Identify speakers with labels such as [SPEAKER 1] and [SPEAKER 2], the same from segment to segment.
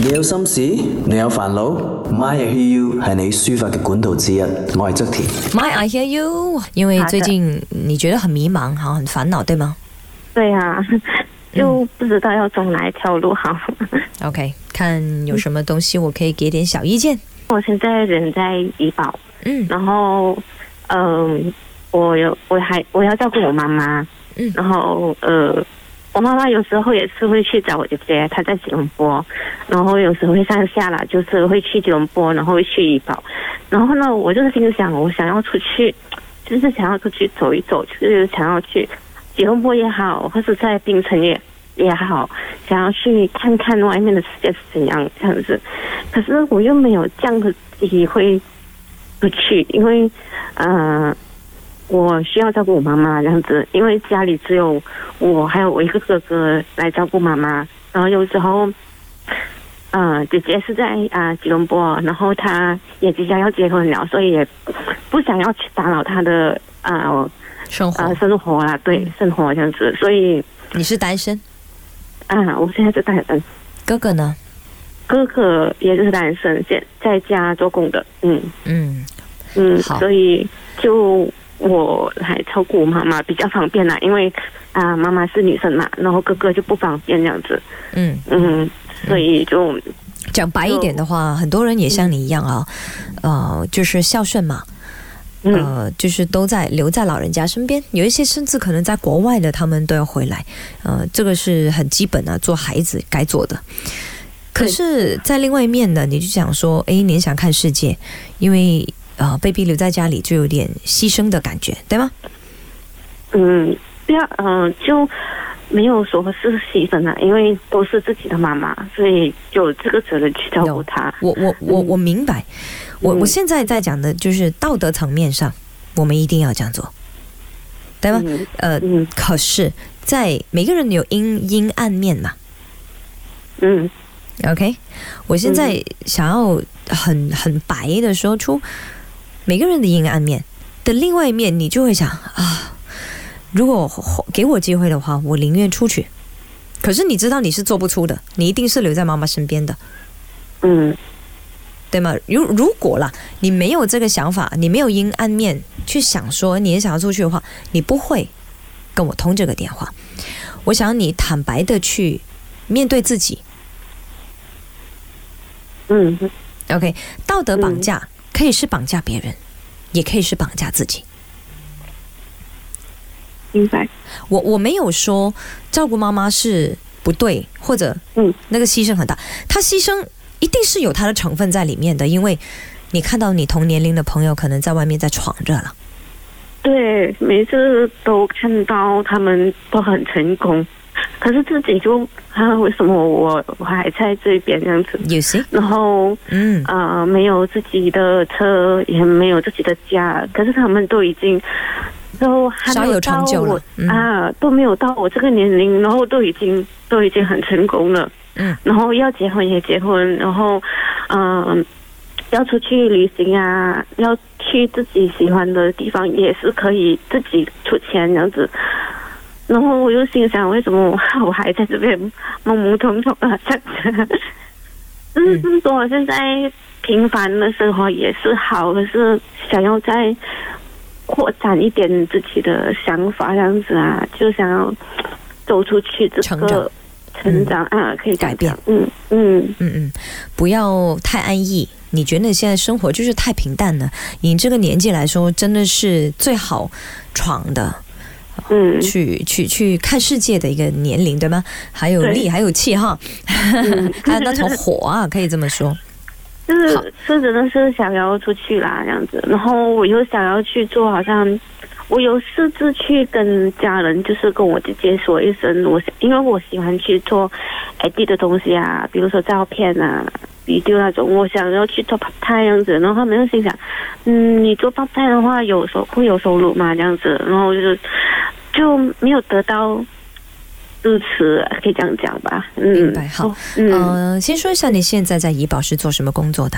[SPEAKER 1] 你有心事，你有煩惱，My I Hear You 係你抒發嘅管道之一。我係側田。
[SPEAKER 2] My I hear you，因为
[SPEAKER 3] 好的
[SPEAKER 2] 最近你觉得很迷茫，哈，很烦恼，对吗
[SPEAKER 3] 对啊，就不知道要走哪一条路好。
[SPEAKER 2] ？OK，看有什么东西我可以给点小意见。
[SPEAKER 3] 我现在人在怡保，
[SPEAKER 2] 嗯
[SPEAKER 3] 然后，嗯、我有我还我要照顾我妈妈，
[SPEAKER 2] 嗯
[SPEAKER 3] 然后呃，我妈妈有时候也是会去找我姐姐，她在吉隆坡，然后有时候会上下啦，就是会去吉隆坡，然后会去怡保，然后呢，我就是心里想，我想要出去，就是想要出去走一走，就是想要去吉隆坡也好，或是在槟城也也好，想要去看看外面的世界是怎样这样子。可是我又没有这样的机会不去，因为呃，我需要照顾我妈妈这样子，因为家里只有我还有我一个哥哥来照顾妈妈，然后有时候。呃，姐姐是在啊、吉隆坡，然后她也即将要结婚了，所以也不想要去打扰她的啊、呃
[SPEAKER 2] 生活，
[SPEAKER 3] 啊，生活啦，对，生活这样子，所以
[SPEAKER 2] 你是单身，
[SPEAKER 3] 啊，我现在是单身，
[SPEAKER 2] 哥哥呢？
[SPEAKER 3] 哥哥也是单身，在在家做工的，嗯
[SPEAKER 2] 嗯，
[SPEAKER 3] 嗯，
[SPEAKER 2] 好
[SPEAKER 3] 所以就我还照顾妈妈比较方便啦，因为啊，妈妈是女生嘛，然后哥哥就不方便这样子，
[SPEAKER 2] 嗯，
[SPEAKER 3] 嗯，所以就
[SPEAKER 2] 讲白一点的话，
[SPEAKER 3] 嗯
[SPEAKER 2] 很多人也像你一样啊，呃，就是孝顺嘛，
[SPEAKER 3] 嗯
[SPEAKER 2] 呃，就是都在留在老人家身边，有一些甚至可能在国外的，他们都要回来，呃，这个是很基本啊，做孩子该做的。可
[SPEAKER 3] 对
[SPEAKER 2] 是，在另外一面呢，你就想说，诶，你想看世界，因为呃，被逼留在家里就有点牺牲的感觉，对吗？
[SPEAKER 3] 嗯，不要嗯、呃就。没有说是牺牲啦，因为都是自己的妈妈，所以就这个责任去照顾
[SPEAKER 2] 有
[SPEAKER 3] 她。
[SPEAKER 2] 我我我我明白，我
[SPEAKER 3] 嗯
[SPEAKER 2] 我现在在讲的就是道德层面上，我们一定要这样做，对吧？
[SPEAKER 3] 嗯
[SPEAKER 2] 呃，
[SPEAKER 3] 嗯
[SPEAKER 2] 可是，在每个人有阴阴暗面嘛，
[SPEAKER 3] 嗯
[SPEAKER 2] OK，我现在想要很很白的说出每个人的阴暗面的另外一面，你就会想啊，如果给我机会的话，我宁愿出去。可是你知道你是做不出的，你一定是留在妈妈身边的，
[SPEAKER 3] 嗯
[SPEAKER 2] 对吗？如如果啦，你没有这个想法，你没有阴暗面去想说你也想要出去的话，你不会跟我通这个电话。我想你坦白的去面对自己，
[SPEAKER 3] 嗯
[SPEAKER 2] OK，道德绑
[SPEAKER 3] 嗯
[SPEAKER 2] 架、可以是绑架别人，也可以是绑架自己。
[SPEAKER 3] 明白。
[SPEAKER 2] 我我没有说照顾妈妈是不对，或者
[SPEAKER 3] 嗯
[SPEAKER 2] 那个牺牲很大，他牺牲一定是有他的成分在里面的，因为你看到你同年龄的朋友可能在外面在闯着了，
[SPEAKER 3] 对，每次都看到他们都很成功，可是自己就啊，为什么我我还在这边这样子？
[SPEAKER 2] 有些
[SPEAKER 3] 然后
[SPEAKER 2] 嗯
[SPEAKER 3] 呃，没有自己的车，也没有自己的家，可是他们都已经都还
[SPEAKER 2] 稍
[SPEAKER 3] 没
[SPEAKER 2] 有
[SPEAKER 3] 到
[SPEAKER 2] 成就
[SPEAKER 3] 我
[SPEAKER 2] 了，嗯
[SPEAKER 3] 啊，都没有到我这个年龄，然后都已经都已经很成功了，
[SPEAKER 2] 嗯，
[SPEAKER 3] 然后要结婚也结婚，然后嗯、要出去旅行啊，要去自己喜欢的地方也是可以自己出钱这样子。然后我又心想，为什么我还在这边懵懵懂懂啊？这样子，就是就是说，我现在平凡的生活也是好，可是想要再扩展一点自己的想法，这样子啊，就想要走出去这个
[SPEAKER 2] 成长
[SPEAKER 3] 成长啊，可以这样
[SPEAKER 2] 改变
[SPEAKER 3] 讲，嗯嗯
[SPEAKER 2] 嗯嗯，不要太安逸。你觉得现在生活就是太平淡了？你这个年纪来说，真的是最好闯的，
[SPEAKER 3] 嗯
[SPEAKER 2] 去去去看世界的一个年龄，对吗？还有
[SPEAKER 3] 对
[SPEAKER 2] 力，还有气哈，，
[SPEAKER 3] 嗯
[SPEAKER 2] 还有那团火 啊，可以这么说。
[SPEAKER 3] 就是
[SPEAKER 2] 好
[SPEAKER 3] 是真的是想要出去啦，这样子。然后我又想要去做，好像我有试着去跟家人，就是跟我姐姐说一声，我因为我喜欢去做 ID 的东西啊，比如说照片啊。video 那种，我想要去做 part time 样子，然后他们就心想，嗯，你做 part time 的话有收会有收入吗？这样子，然后我就就没有得到支持，可以这样讲吧。嗯
[SPEAKER 2] 明，白好，
[SPEAKER 3] 嗯，
[SPEAKER 2] 呃，先说一下你现在在怡保是做什么工作的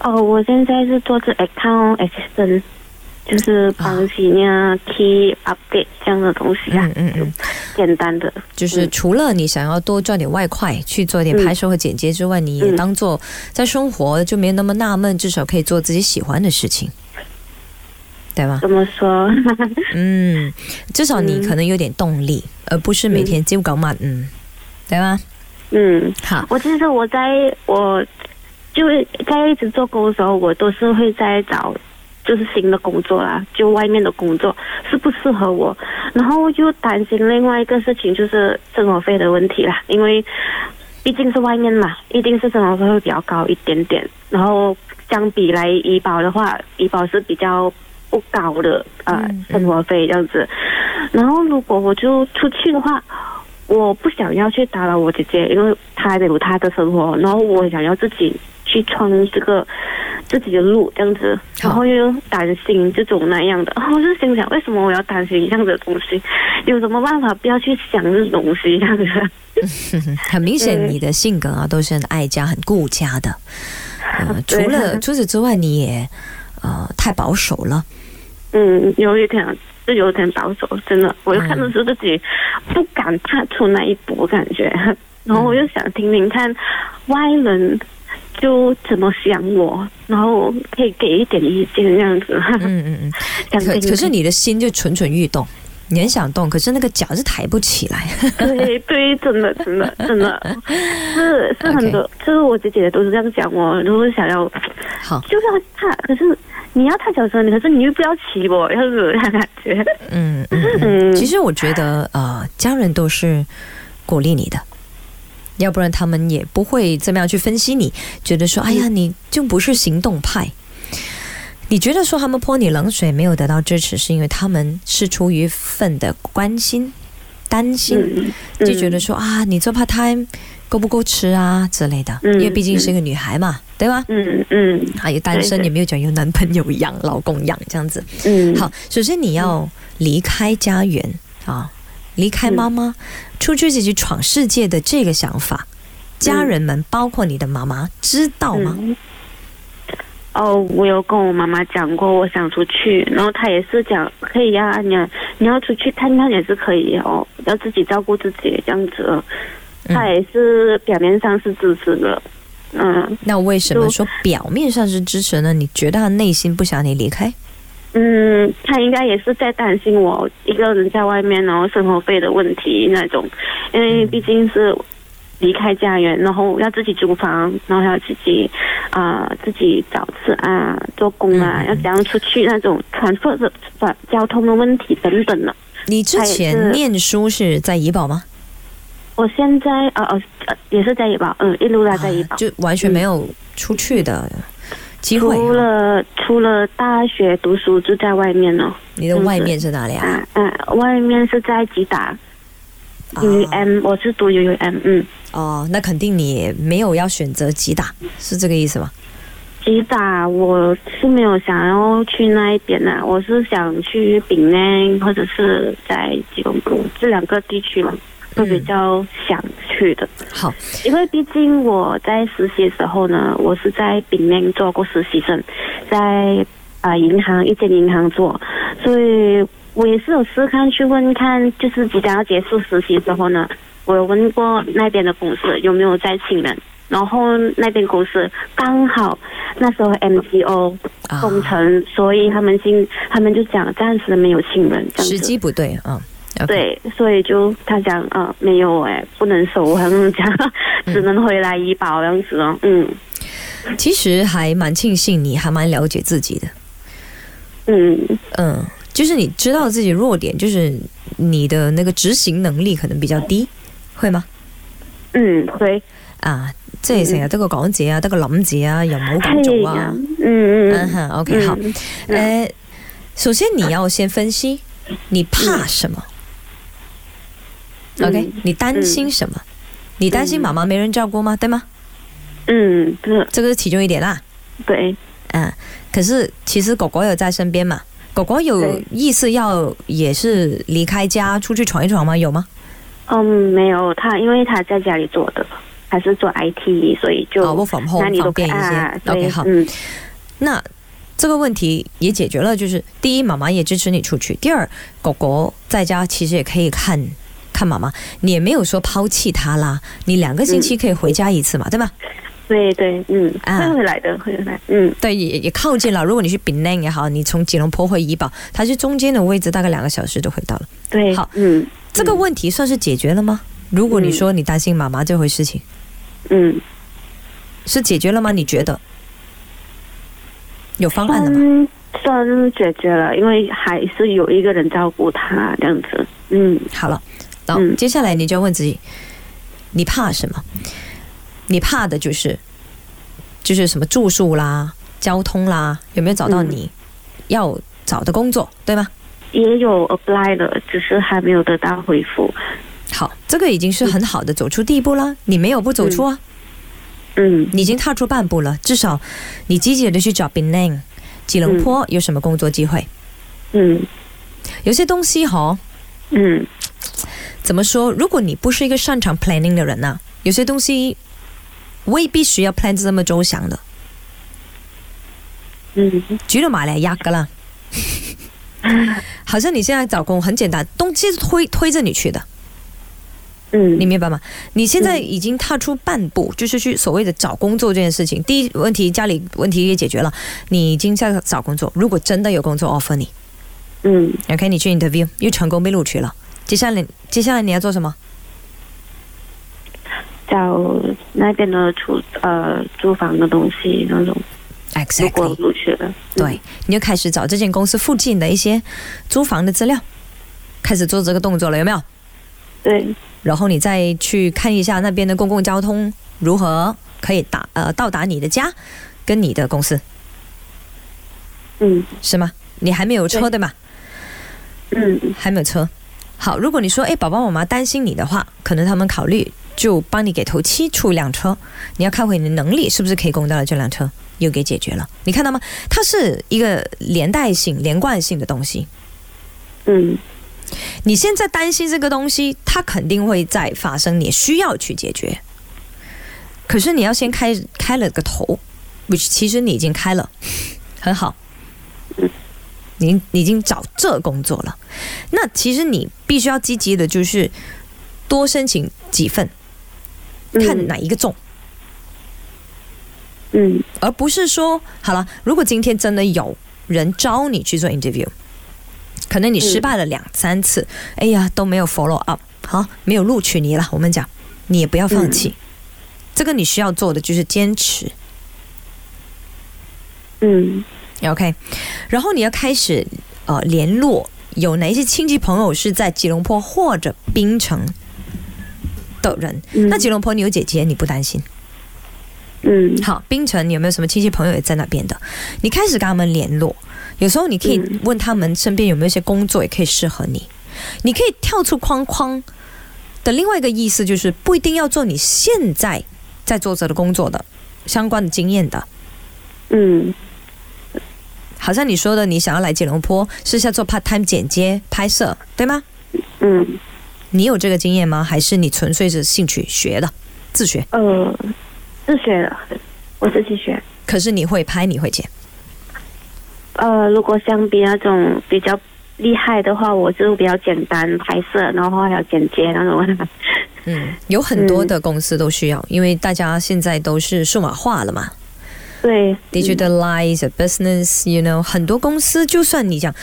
[SPEAKER 3] 哦，我现在是做这 account assistant。就是帮西呢 key update 这样的东西啊
[SPEAKER 2] 嗯，嗯嗯，
[SPEAKER 3] 简单的，
[SPEAKER 2] 就是除了你想要多赚点外快，去做一点拍摄和剪接之外，你也
[SPEAKER 3] 嗯
[SPEAKER 2] 当做在生活就没有那么纳闷，至少可以做自己喜欢的事情，对吗？
[SPEAKER 3] 怎么说？
[SPEAKER 2] 嗯，至少你
[SPEAKER 3] 嗯
[SPEAKER 2] 可能有点动力，而不是每天朝九晚五，对吗？
[SPEAKER 3] 嗯，
[SPEAKER 2] 好，
[SPEAKER 3] 我其实我在我就是在一直做工的时候，我都是会在找就是新的工作啦，就外面的工作是不适合我，然后又担心另外一个事情就是生活费的问题啦，因为毕竟是外面嘛，一定是生活费会比较高一点点，然后相比来医保的话，医保是比较不高的呃
[SPEAKER 2] 嗯嗯
[SPEAKER 3] 生活费这样子，然后如果我就出去的话。我不想要去打扰我姐姐，因为她有她的生活，然后我想要自己去创这个自己的路，这样子，
[SPEAKER 2] 好
[SPEAKER 3] 然后又担心这种那样的，然后我就心想，为什么我要担心这样的东西？ 有什么办法不要去想这种东西？这 样子，
[SPEAKER 2] 很明显
[SPEAKER 3] 嗯
[SPEAKER 2] 你的性格啊都是很爱家、很顾家的。 呃，除
[SPEAKER 3] 对
[SPEAKER 2] 了除此之外，你也呃太保守了。
[SPEAKER 3] 嗯，有一点就有点保守，真的，我就看得出自己不敢踏出那一步，感觉，然后我又想听听看外人就怎么想我，然后可以给一点意见这样子。
[SPEAKER 2] 嗯嗯嗯。
[SPEAKER 3] 想
[SPEAKER 2] 可
[SPEAKER 3] 听听
[SPEAKER 2] 可是你的心就蠢蠢欲动，你很想动，可是那个脚是抬不起来。
[SPEAKER 3] 对对，真的真的真的，是是很多就是我姐姐都是这样讲我，如果想要
[SPEAKER 2] 好，
[SPEAKER 3] 就要踏，可是你要踏脚声，可是你又不要骑我，要是那感觉，
[SPEAKER 2] 嗯嗯嗯。
[SPEAKER 3] 嗯，
[SPEAKER 2] 其实我觉得呃，家人都是鼓励你的。要不然他们也不会这么样去分析你，觉得说，
[SPEAKER 3] 嗯
[SPEAKER 2] 哎呀，你就不是行动派。你觉得说他们泼你冷水没有得到支持，是因为他们是出于一份的关心、担心，
[SPEAKER 3] 嗯
[SPEAKER 2] 就觉得说啊，你做 part time 够不够吃啊之类的，
[SPEAKER 3] 嗯
[SPEAKER 2] 因为毕竟是一个女孩嘛，对吧？
[SPEAKER 3] 嗯嗯
[SPEAKER 2] 啊，也单
[SPEAKER 3] 对
[SPEAKER 2] 身，
[SPEAKER 3] 对
[SPEAKER 2] 也没有讲有男朋友养、老公养这样子。
[SPEAKER 3] 嗯，
[SPEAKER 2] 好，首先你要离开家园啊，离开妈妈，
[SPEAKER 3] 嗯
[SPEAKER 2] 出去自己闯世界的这个想法，家人们，包括你的妈妈，知道吗？
[SPEAKER 3] 嗯哦，我有跟我妈妈讲过，我想出去，然后她也是讲可以呀、你你要出去看看也是可以哦，要自己照顾自己这样子。哦
[SPEAKER 2] 嗯
[SPEAKER 3] 她也是表面上是支持的，嗯
[SPEAKER 2] 那为什么
[SPEAKER 3] 就
[SPEAKER 2] 说表面上是支持呢？你觉得他内心不想你离开？
[SPEAKER 3] 嗯，她应该也是在担心我一个人在外面，然后生活费的问题那种，因为毕竟是离开家园，然后要自己租房，然后还要自己啊、自己找吃啊、做工啊，
[SPEAKER 2] 嗯嗯嗯
[SPEAKER 3] 要怎样出去那种transport 的转交通的问题等等的。
[SPEAKER 2] 你之
[SPEAKER 3] 他也
[SPEAKER 2] 前
[SPEAKER 3] 哎是
[SPEAKER 2] 念书是在怡保吗？
[SPEAKER 3] 我现在呃呃呃也是在怡保，嗯，一路来在怡
[SPEAKER 2] 啊
[SPEAKER 3] 保。嗯
[SPEAKER 2] 就完全没有出去的机会、
[SPEAKER 3] 除
[SPEAKER 2] 啊。
[SPEAKER 3] 了除了大学读书就在外面了，
[SPEAKER 2] 你的外面是哪里啊？
[SPEAKER 3] 啊啊，外面是在吉打
[SPEAKER 2] 啊
[SPEAKER 3] U M，、我是读 U U M，嗯，
[SPEAKER 2] 哦，那肯定你没有要选择吉打，是这个意思吗？
[SPEAKER 3] 吉打我是没有想要去那一边呐、我是想去丙内或者是在吉隆坡这两个地区嘛，会比较想去的，
[SPEAKER 2] 好，
[SPEAKER 3] 因为毕竟我在实习的时候呢，我是在丙内做过实习生，在啊、呃银行一间银行做，所以我也是有试看去问看，就是即将要结束实习之后呢，我有问过那边的公司有没有在请人，然后那边公司刚好那时候 MCO
[SPEAKER 2] 啊，
[SPEAKER 3] 封城，所以他们今他们就讲暂时没有请人，这
[SPEAKER 2] 时
[SPEAKER 3] 样子。
[SPEAKER 2] 机不对啊。OK，
[SPEAKER 3] 对，所以就他讲啊、呃没有哎、不能收，他们讲
[SPEAKER 2] 嗯
[SPEAKER 3] 只能回来医保这样子哦，嗯
[SPEAKER 2] 其实还蛮庆幸你还蛮了解自己的，
[SPEAKER 3] 嗯
[SPEAKER 2] 嗯，就是你知道自己弱点，就是你的那个执行能力可能比较低，会吗？
[SPEAKER 3] 嗯，对，
[SPEAKER 2] 啊，即係成日得個講字啊，得個諗字啊，又唔好咁
[SPEAKER 3] 系
[SPEAKER 2] 做
[SPEAKER 3] 啊
[SPEAKER 2] 啊。，
[SPEAKER 3] 嗯
[SPEAKER 2] 嗯
[SPEAKER 3] 嗯
[SPEAKER 2] 哼，OK，好。
[SPEAKER 3] 嗯
[SPEAKER 2] 呃，首先你要先分析你怕什么、
[SPEAKER 3] 嗯
[SPEAKER 2] o k 你担心什么？你担心妈妈没人照顾吗？对吗？
[SPEAKER 3] 嗯，对
[SPEAKER 2] 这个是其中一点啦。
[SPEAKER 3] 对，
[SPEAKER 2] 嗯，可是其实狗狗有在身边嘛？狗狗有
[SPEAKER 3] 对
[SPEAKER 2] 意思要也是离开家出去闯一闯吗？有吗？
[SPEAKER 3] 嗯，没有他，因为他在家里做的，还是做 IT，所以就
[SPEAKER 2] 啊，我 from
[SPEAKER 3] 那
[SPEAKER 2] home
[SPEAKER 3] 里都
[SPEAKER 2] 方
[SPEAKER 3] 可以
[SPEAKER 2] 便一些。
[SPEAKER 3] 啊，
[SPEAKER 2] OK，
[SPEAKER 3] 对
[SPEAKER 2] 好，
[SPEAKER 3] 嗯
[SPEAKER 2] 那这个问题也解决了，就是第一，妈妈也支持你出去；第二，狗狗在家其实也可以看看妈妈，你也没有说抛弃它啦，你两个星期可以回家一次嘛，对吧？
[SPEAKER 3] 嗯对对，嗯，
[SPEAKER 2] 啊
[SPEAKER 3] 会回来的，会回来，嗯，
[SPEAKER 2] 对，也也靠近了。如果你去 Penang 也好，你从吉隆坡回怡保，它是中间的位置，大概两个小时就回到了。
[SPEAKER 3] 对，
[SPEAKER 2] 好
[SPEAKER 3] 嗯
[SPEAKER 2] 这个问题算是解决了吗？如果你说你担心妈妈这回事情，
[SPEAKER 3] 嗯，
[SPEAKER 2] 是解决了吗？你觉得有方案了吗？
[SPEAKER 3] 嗯，算解决了，因为还是有一个人照顾他这样子，嗯
[SPEAKER 2] 好了，然
[SPEAKER 3] 嗯
[SPEAKER 2] 接下来你就要问自己，你怕什么？你怕的就是就是什么住宿啦、交通啦，有没有找到
[SPEAKER 3] 嗯
[SPEAKER 2] 你要找的工作，对吗？
[SPEAKER 3] 也有 apply 了，只是还没有得到回复，
[SPEAKER 2] 好，这个已经是很好的走出第一步啦。你没有不走出啊，
[SPEAKER 3] 嗯
[SPEAKER 2] 你已经踏出半步了。至少你积极的去找 Penang、吉隆坡有什么工作机会。
[SPEAKER 3] 嗯
[SPEAKER 2] 有些东西哈，
[SPEAKER 3] 嗯
[SPEAKER 2] 怎么说？如果你不是一个擅长 planning 的人呢、有些东西未必需要 plan 这么周详的。
[SPEAKER 3] 嗯
[SPEAKER 2] 举了马来亚噶啦， 好像你现在找工很简单，东西是推推着你去的，
[SPEAKER 3] 嗯，
[SPEAKER 2] 你明白吗？你现在已经踏出半步，就是去所谓的找工作这件事情。第一问题，家里问题也解决了，你已经在找工作。如果真的有工作 offer 你
[SPEAKER 3] 嗯
[SPEAKER 2] ，OK，你去 interview 又成功被录取了，接下来接下来你要做什么？
[SPEAKER 3] 找那边的出呃租房的东西那种，如果
[SPEAKER 2] Exactly，
[SPEAKER 3] 录取了，嗯
[SPEAKER 2] 对，你就开始找这间公司附近的一些租房的资料，开始做这个动作了，有没有？
[SPEAKER 3] 对，
[SPEAKER 2] 然后你再去看一下那边的公共交通如何可以达呃到达你的家跟你的公司
[SPEAKER 3] 嗯
[SPEAKER 2] 是吗？你还没有车
[SPEAKER 3] 对
[SPEAKER 2] 对吗？
[SPEAKER 3] 嗯
[SPEAKER 2] 还没有车。好，如果你说诶，哎爸爸妈妈担心你的话，可能他们考虑就帮你给头七出一辆车，你要看回你的能力是不是可以供到了这辆车，又给解决了。你看到吗？它是一个连带性、连贯性的东西。
[SPEAKER 3] 嗯
[SPEAKER 2] 你现在担心这个东西，它肯定会再发生，你需要去解决。可是你要先开开了个头，which 其实你已经开了，很好，你你已经找这工作了。那其实你必须要积极的，就是多申请几份，
[SPEAKER 3] 嗯
[SPEAKER 2] 看哪一个中，
[SPEAKER 3] 嗯
[SPEAKER 2] 而不是说好了，如果今天真的有人招你去做 interview，可能你失败了两三次，哎呀都没有 follow up，好，没有录取你了。我们讲，你也不要放弃，这个你需要做的就是坚持
[SPEAKER 3] 嗯
[SPEAKER 2] ，OK。然后你要开始呃联络有哪一些亲戚朋友是在吉隆坡或者槟城的人。
[SPEAKER 3] 嗯，
[SPEAKER 2] 那吉隆坡你有姐姐，你不担心？
[SPEAKER 3] 嗯
[SPEAKER 2] 好，槟城有没有什么亲戚朋友也在那边的？你开始跟他们联络，有时候你可以
[SPEAKER 3] 嗯
[SPEAKER 2] 问他们身边有没有一些工作也可以适合你。你可以跳出框框的另外一个意思就是，不一定要做你现在在做着的工作的相关的经验的。
[SPEAKER 3] 嗯
[SPEAKER 2] 好像你说的，你想要来吉隆坡是要做 part time 剪接拍摄，对吗？
[SPEAKER 3] 嗯
[SPEAKER 2] 你有这个经验吗？还是你纯粹是兴趣学的，自学？
[SPEAKER 3] 呃，自学的，我自己学。
[SPEAKER 2] 可是你会拍，你会剪。
[SPEAKER 3] 呃，如果相比那种比较厉害的话，我就比较简单拍摄，然后还有剪接那种。
[SPEAKER 2] 嗯，有很多的公司都需要，因为大家现在都是数码化了嘛
[SPEAKER 3] 对，
[SPEAKER 2] ，digitalize your business，you know，很多公司就算你讲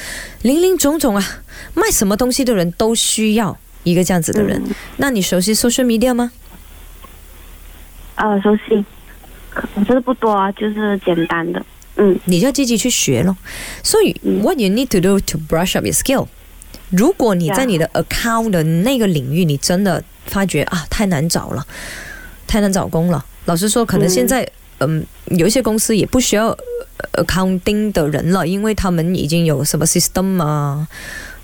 [SPEAKER 2] 零零总总啊，卖什么东西的人都需要一个这样子的人。那你熟悉 social media 吗？
[SPEAKER 3] 啊，熟悉，可就是不多啊，就是简单的。嗯
[SPEAKER 2] 你就要积极去学咯。所以、
[SPEAKER 3] 嗯
[SPEAKER 2] what you need to do to brush up your skill，如果你
[SPEAKER 3] Yeah
[SPEAKER 2] 在你的 account 的那个领域，你真的发觉啊太难找了，太难找工了。老实说，可能
[SPEAKER 3] 嗯
[SPEAKER 2] 现在嗯有一些公司也不需要呃 accounting 的人了，因为他们已经有什么 system 啊、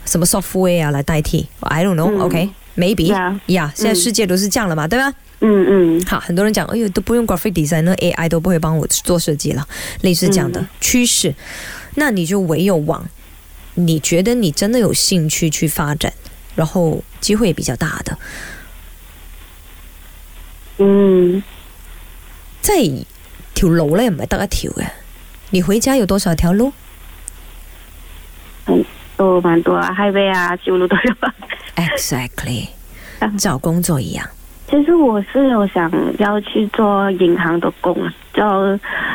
[SPEAKER 2] 什么 software 啊来代替。I don't
[SPEAKER 3] 嗯
[SPEAKER 2] know，OK，maybe、呀，
[SPEAKER 3] ，Yeah，
[SPEAKER 2] 现在
[SPEAKER 3] 嗯
[SPEAKER 2] 世界都是这样了嘛，对吧？
[SPEAKER 3] 嗯嗯
[SPEAKER 2] 好，很多人讲，哎呦，都不用 graphic designer AI 都不会帮我做设计了，类似这样的
[SPEAKER 3] 嗯
[SPEAKER 2] 趋势，那你就唯有往你觉得你真的有兴趣去发展，然后机会也比较大的，
[SPEAKER 3] 嗯
[SPEAKER 2] 即係條路咧唔係得一條嘅，你回家有多少条路？
[SPEAKER 3] 嗯都蛮多啊，highway 啊，修路都有。
[SPEAKER 2] Exactly，
[SPEAKER 3] 啊
[SPEAKER 2] 找工作一样。
[SPEAKER 3] 其实我是有想要去做银行的工，就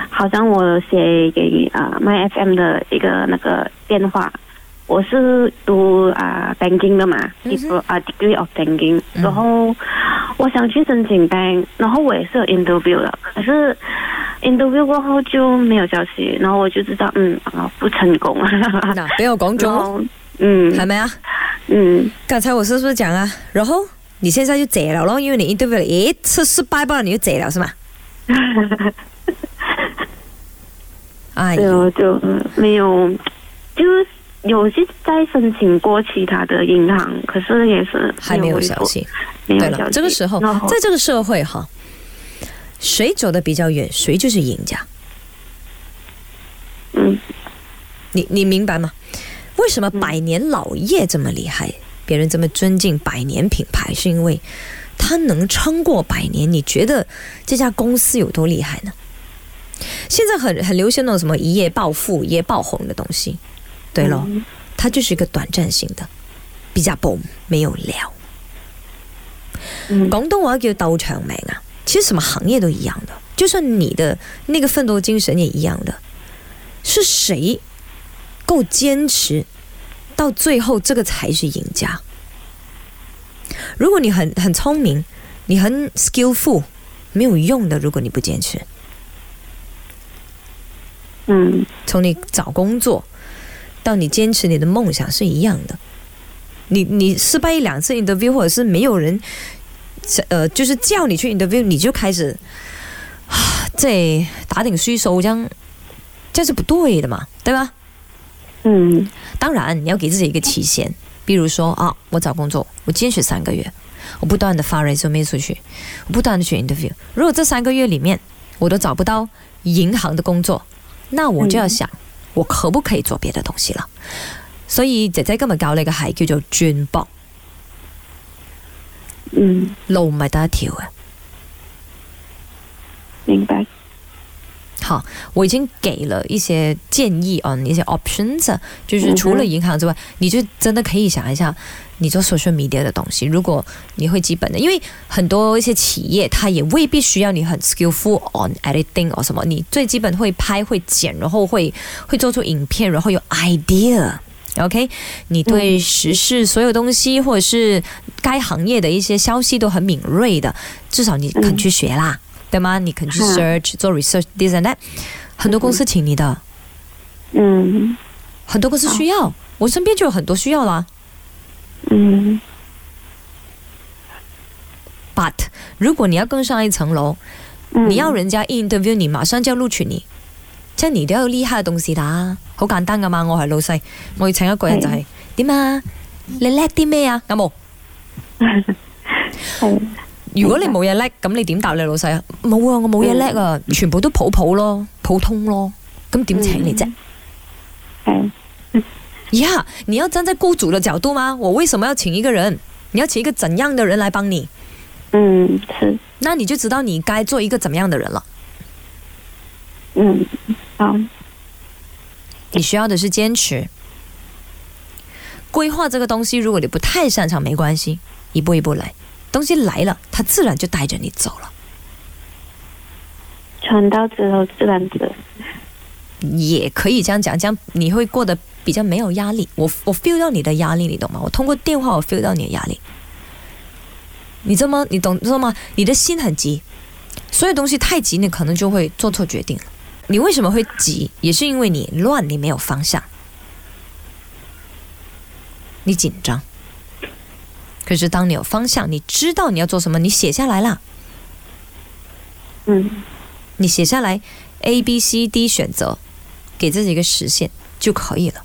[SPEAKER 3] 好像我写给啊、卖 FM 的一个那个电话，我是读啊、banking 的嘛
[SPEAKER 2] 嗯哼
[SPEAKER 3] ，degree 啊 degree of banking，
[SPEAKER 2] 嗯
[SPEAKER 3] 然后我想去申请 bank，然后我也是有 interview 了，可是 interview 过后就没有消息，然后我就知道嗯啊不成功了，
[SPEAKER 2] 那俾我讲
[SPEAKER 3] 然
[SPEAKER 2] 中，
[SPEAKER 3] 后嗯
[SPEAKER 2] 哦系咪啊？
[SPEAKER 3] 嗯
[SPEAKER 2] 刚才我是不是讲啊？然后你现在就解了咯，因为你 interview 了一次失败吧，你就解了是吗？哎呦，
[SPEAKER 3] 就就嗯没有，就是有些在申请过其他的银行，可是也是
[SPEAKER 2] 还没有消，息。
[SPEAKER 3] 没有
[SPEAKER 2] 对
[SPEAKER 3] 消
[SPEAKER 2] 了，
[SPEAKER 3] 息。
[SPEAKER 2] 这个时候，
[SPEAKER 3] 然后
[SPEAKER 2] 在这个社会哈，谁走的比较远，谁就是赢家。
[SPEAKER 3] 嗯，
[SPEAKER 2] 你你明白吗？为什么百年老业这么厉害，别人这么尊敬百年品牌，是因为它能撑过百年。你觉得这家公司有多厉害呢？现在很很流行那种什么一夜暴富、一夜爆红的东西，对咯，
[SPEAKER 3] 嗯
[SPEAKER 2] 它就是一个短暂性的，比较 boom 没有了。
[SPEAKER 3] 嗯
[SPEAKER 2] 广东话叫斗长命啊，其实什么行业都一样的，就算你的那个奋斗精神也一样的，是谁够坚持到最后，这个才是赢家。如果你很很聪明，你很 skillful，没有用的。如果你不坚持，
[SPEAKER 3] 嗯
[SPEAKER 2] 从你找工作到你坚持你的梦想是一样的。你你失败一两次 interview，或者是没有人呃，就是叫你去 interview，你就开始啊，即系打定输数，这样这样是不对的嘛，对吧？
[SPEAKER 3] 嗯
[SPEAKER 2] 当然，你要给自己一个期限，比如说啊，我找工作，我坚持三个月，我不断的发 resume 出去，我不断的去 interview。如果这三个月里面我都找不到银行的工作，那我就要想，我可不可以做别的东西了？所以姐姐今日教你嘅係叫做轉博，
[SPEAKER 3] 嗯，
[SPEAKER 2] 路唔係得一條嘅。
[SPEAKER 3] 明白。
[SPEAKER 2] 好，我已经给了一些建议啊，一些 options，就是除了银行之外，你就真的可以想一下，你做 social media 的东西，如果你会基本的，因为很多一些企业它也未必需要你很 skillful on editing or 什么，你最基本会拍会剪，然后会会做出影片，然后有 idea。OK，你对时事所有东西，或者是该行业的一些消息都很敏锐的，至少你肯
[SPEAKER 3] 嗯
[SPEAKER 2] 去学啦。对吗？你肯去
[SPEAKER 3] 嗯
[SPEAKER 2] search 做 research this and that，很多公司请你的，
[SPEAKER 3] 嗯
[SPEAKER 2] 很多公司需要，我身边就有很多需要啦。
[SPEAKER 3] 嗯
[SPEAKER 2] But 如果你要更上一层楼，
[SPEAKER 3] 嗯，
[SPEAKER 2] 你要人家一 interview 你，马上就要录取你，即係你都有呢下嘅東西啦，好簡單噶嘛。我係老細，我要請一個人就
[SPEAKER 3] 嗯
[SPEAKER 2] 係點啊？你叻啲咩啊？有冇？
[SPEAKER 3] 係
[SPEAKER 2] 如果你冇嘢叻，咁你點答你老細啊？冇啊，我冇嘢叻啊，
[SPEAKER 3] 嗯
[SPEAKER 2] 全部都普普咯，普通咯，咁點請你啫？
[SPEAKER 3] 係
[SPEAKER 2] 呀你要站在雇主的角度吗？我为什么要请一个人？你要请一个怎样的人来帮你？
[SPEAKER 3] 嗯是
[SPEAKER 2] 那你就知道你该做一个怎么样的人了。
[SPEAKER 3] 嗯好
[SPEAKER 2] 你需要的是坚持。规划这个东西，如果你不太擅长，没关系，一步一步来。东西来了，它自然就带着你走了。
[SPEAKER 3] 船到之后自然直。
[SPEAKER 2] 也可以这样讲，这样你会过得比较没有压力。我我 feel 到你的压力，你懂吗？我通过电话我 feel 到你的压力。你这么，你懂知道吗？你的心很急，所有东西太急，你可能就会做错决定了。你为什么会急？也是因为你乱，你没有方向，你紧张。可是当你有方向，你知道你要做什么，你写下来啦。
[SPEAKER 3] 嗯
[SPEAKER 2] 你写下来 A、B、C、D 选择，给自己一个实现就可以了。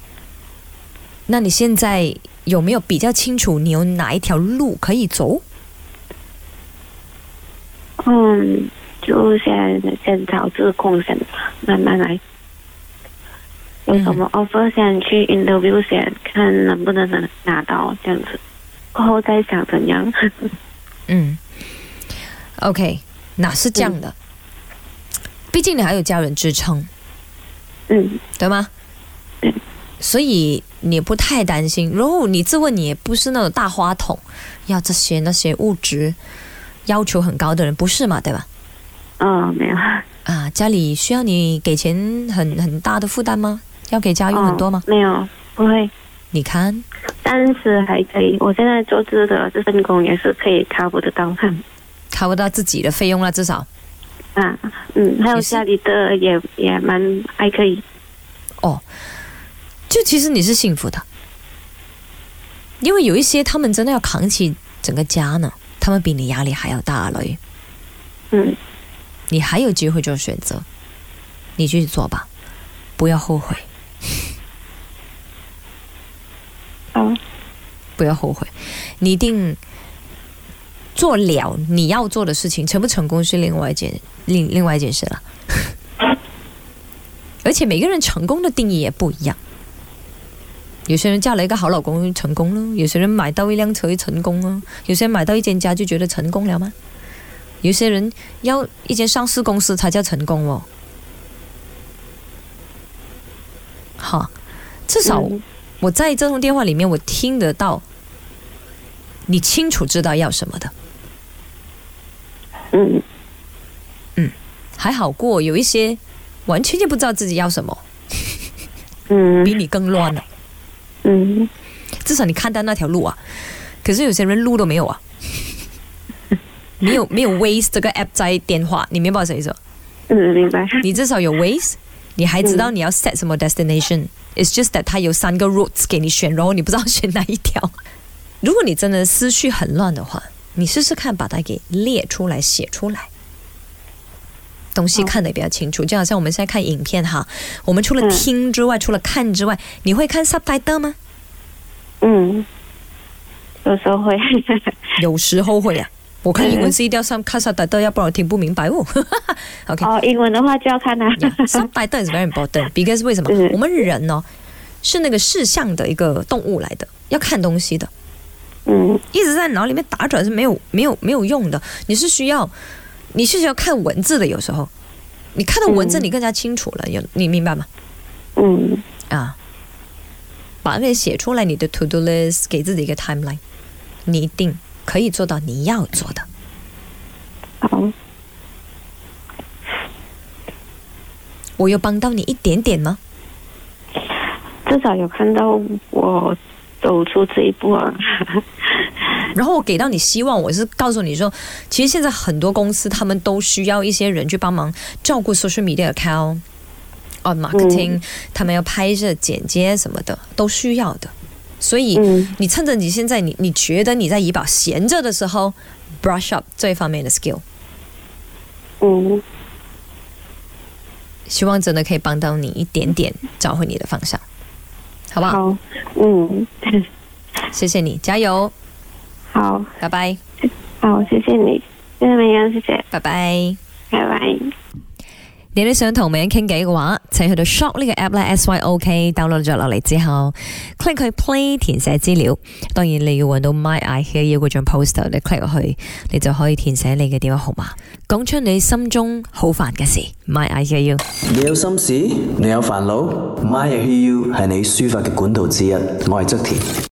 [SPEAKER 2] 那你现在有没有比较清楚你有哪一条路可以走？
[SPEAKER 3] 嗯，就先先找自控先，慢慢来。有什么 offer 先去 interview 先，看能不能能拿到这样子，过后再想怎样。
[SPEAKER 2] 嗯，OK，哪是这样的？毕竟你还有家人支撑，
[SPEAKER 3] 嗯，
[SPEAKER 2] 对吗？
[SPEAKER 3] 对
[SPEAKER 2] 所以你不太担心，然后你自问你也不是那种大花筒，要这些那些物质要求很高的人，不是嘛，对吧？
[SPEAKER 3] 嗯，没有，
[SPEAKER 2] 啊，家里需要你给钱很很大的负担吗？要给家用很多吗？
[SPEAKER 3] 嗯没有，不会，
[SPEAKER 2] 你看，
[SPEAKER 3] 暂时还可以。我现在做这的这份工也是可以 cover 得到他们。
[SPEAKER 2] cover 到自己的费用了，至少
[SPEAKER 3] 啊，嗯，还有
[SPEAKER 2] 也是
[SPEAKER 3] 家里的也也蛮还可以，
[SPEAKER 2] 哦就其实你是幸福的，因为有一些他们真的要扛起整个家呢，他们比你压力还要大啊，老于，
[SPEAKER 3] 嗯
[SPEAKER 2] 你还有机会做选择，你去做吧，不要后悔，
[SPEAKER 3] 哦，
[SPEAKER 2] 不要后悔，你一定做了你要做的事情，成不成功是另外一件另另外一件事了。而且每个人成功的定义也不一样，有些人嫁了一个好老公就成功了，有些人买到一辆车就成功了，有些人买到一间家就觉得成功了吗？有些人要一间上市公司才叫成功哦。好，至少
[SPEAKER 3] 嗯
[SPEAKER 2] 我在这通电话里面，我听得到，你清楚知道要什么的，
[SPEAKER 3] 嗯
[SPEAKER 2] 还好过有一些完全就不知道自己要什么，比
[SPEAKER 3] 嗯
[SPEAKER 2] 你更乱了。
[SPEAKER 3] 嗯
[SPEAKER 2] 至少你看到那条路啊，可是有些人路都没有啊，没有没有 Waze 这个 app 在电话，你明白我什么意思吗？
[SPEAKER 3] 嗯，明白，
[SPEAKER 2] 你至少有 Waze，你还知道你要 set 什么 destination。It's just that 它有三个 routes 给你选，然后你不知道选哪一条。如果你真的思绪很乱的话，你试试看把它给列出来、写出来，东西看得比较清楚。就好像我们现在看影片哈，我们除了
[SPEAKER 3] 嗯
[SPEAKER 2] 听之外，除了看之外，你会看 subtitle 吗？
[SPEAKER 3] 嗯，有时候会，
[SPEAKER 2] 有时候会啊。我看英文是一定要上看 subtitle，要不然我听不明白哦。OK，
[SPEAKER 3] 哦，英文的话就要看啊他，
[SPEAKER 2] yeah, subtitle is very important because 为什么
[SPEAKER 3] 嗯？
[SPEAKER 2] 我们人呢、是那个视像的一个动物来的，要看东西的，
[SPEAKER 3] 嗯
[SPEAKER 2] 一直在脑里面打转是没有没有没有用的。你是需要你是需要看文字的，有时候你看到文字
[SPEAKER 3] 嗯
[SPEAKER 2] 你更加清楚了，有你明白吗？
[SPEAKER 3] 嗯
[SPEAKER 2] 啊，把那个写出来你的 to do list，给自己一个 timeline，你一定可以做到你要做的。
[SPEAKER 3] 好，
[SPEAKER 2] 我有帮到你一点点吗？
[SPEAKER 3] 至少有看到我走出这一步啊，
[SPEAKER 2] 然后我给到你希望，我是告诉你说，其实现在很多公司他们都需要一些人去帮忙照顾 social media account、on marketing，、他们要拍摄、剪接什么的，都需要的。所以
[SPEAKER 3] 嗯
[SPEAKER 2] 你趁着你现在你你觉得你在怡保闲着的时候，brush up 这一方面的 skill，
[SPEAKER 3] 嗯
[SPEAKER 2] 希望真的可以帮到你一点点找回你的方向，好不好？
[SPEAKER 3] 好，嗯
[SPEAKER 2] 谢谢你，加油，
[SPEAKER 3] 好
[SPEAKER 2] 拜拜，
[SPEAKER 3] 好，谢谢你，谢谢美人，谢谢，
[SPEAKER 2] 拜拜。
[SPEAKER 3] 拜拜。
[SPEAKER 2] 你都想同美人傾偈嘅話，請去到 Shop 呢個 app 啦 s Y O K download 咗落嚟之後 click 去 Play 填寫資料。當然你要揾到 My I Hear You 嗰張 poster，你 click 落去，你就可以填寫你嘅電話號碼，講出你心中好煩嘅事。My I Hear You。
[SPEAKER 1] 你有心事，你有煩惱，My I Hear You 係你抒發嘅管道之一。我係側田。